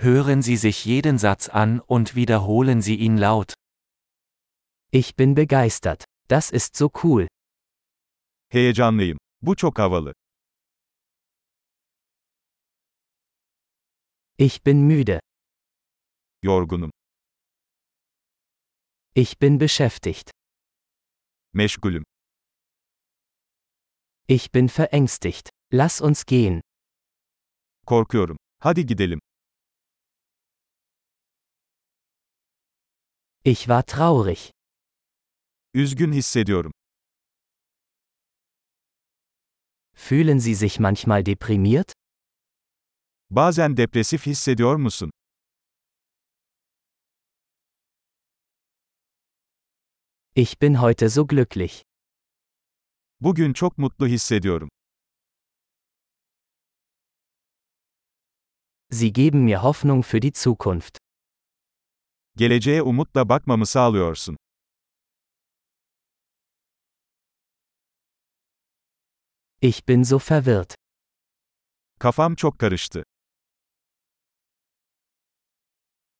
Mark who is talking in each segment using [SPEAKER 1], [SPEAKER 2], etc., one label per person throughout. [SPEAKER 1] Hören Sie sich jeden Satz an und wiederholen Sie ihn laut.
[SPEAKER 2] Ich bin begeistert. Das ist so cool.
[SPEAKER 3] Heyecanlıyım. Bu çok havalı.
[SPEAKER 2] Ich bin müde.
[SPEAKER 3] Yorgunum.
[SPEAKER 2] Ich bin beschäftigt.
[SPEAKER 3] Meşgulüm.
[SPEAKER 2] Ich bin verängstigt. Lass uns gehen.
[SPEAKER 3] Korkuyorum. Hadi gidelim.
[SPEAKER 2] Ich war traurig.
[SPEAKER 3] Üzgün hissediyorum.
[SPEAKER 2] Fühlen Sie sich manchmal deprimiert?
[SPEAKER 3] Bazen depresif hissediyor musun?
[SPEAKER 2] Ich bin heute so glücklich.
[SPEAKER 3] Bugün çok mutlu hissediyorum.
[SPEAKER 2] Sie geben mir Hoffnung für die Zukunft.
[SPEAKER 3] Geleceğe umutla bakmamı sağlıyorsun.
[SPEAKER 2] Ich bin so verwirrt.
[SPEAKER 3] Kafam çok karıştı.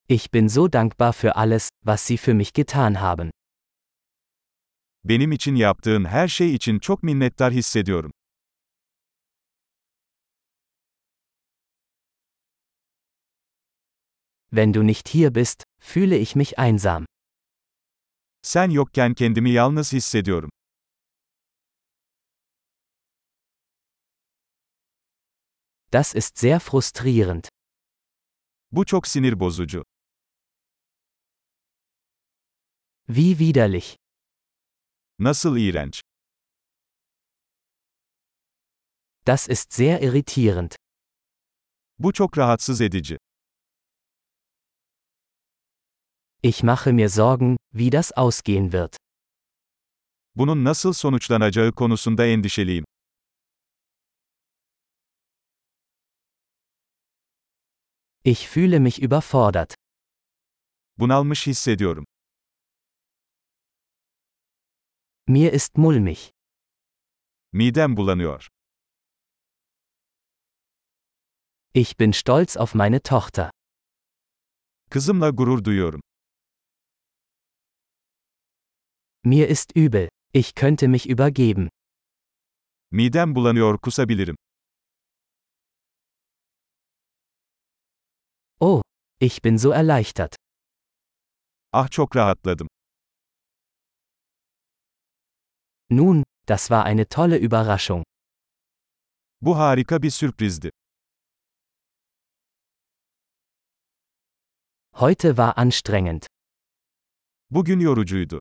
[SPEAKER 2] Ich bin so dankbar für alles, was Sie für mich getan haben.
[SPEAKER 3] Benim için yaptığın her şey için çok minnettar hissediyorum.
[SPEAKER 2] Wenn du nicht hier bist, fühle ich mich einsam.
[SPEAKER 3] Sen yokken kendimi yalnız hissediyorum.
[SPEAKER 2] Das ist sehr frustrierend.
[SPEAKER 3] Bu çok sinir bozucu.
[SPEAKER 2] Wie widerlich.
[SPEAKER 3] Nasıl iğrenç.
[SPEAKER 2] Das ist sehr irritierend.
[SPEAKER 3] Bu çok rahatsız edici.
[SPEAKER 2] Ich mache mir Sorgen, wie das ausgehen wird.
[SPEAKER 3] Bunun nasıl sonuçlanacağı konusunda endişeliyim.
[SPEAKER 2] Ich fühle mich überfordert.
[SPEAKER 3] Bunalmış hissediyorum.
[SPEAKER 2] Mir ist mulmig.
[SPEAKER 3] Midem bulanıyor.
[SPEAKER 2] Ich bin stolz auf meine Tochter.
[SPEAKER 3] Kızımla gurur duyuyorum.
[SPEAKER 2] Mir ist übel. Ich könnte mich übergeben.
[SPEAKER 3] Midem bulanıyor kusabilirim.
[SPEAKER 2] Oh, ich bin so erleichtert.
[SPEAKER 3] Ah çok rahatladım.
[SPEAKER 2] Nun, das war eine tolle Überraschung.
[SPEAKER 3] Bu harika bir sürprizdi.
[SPEAKER 2] Heute war anstrengend.
[SPEAKER 3] Bugün yorucuydu.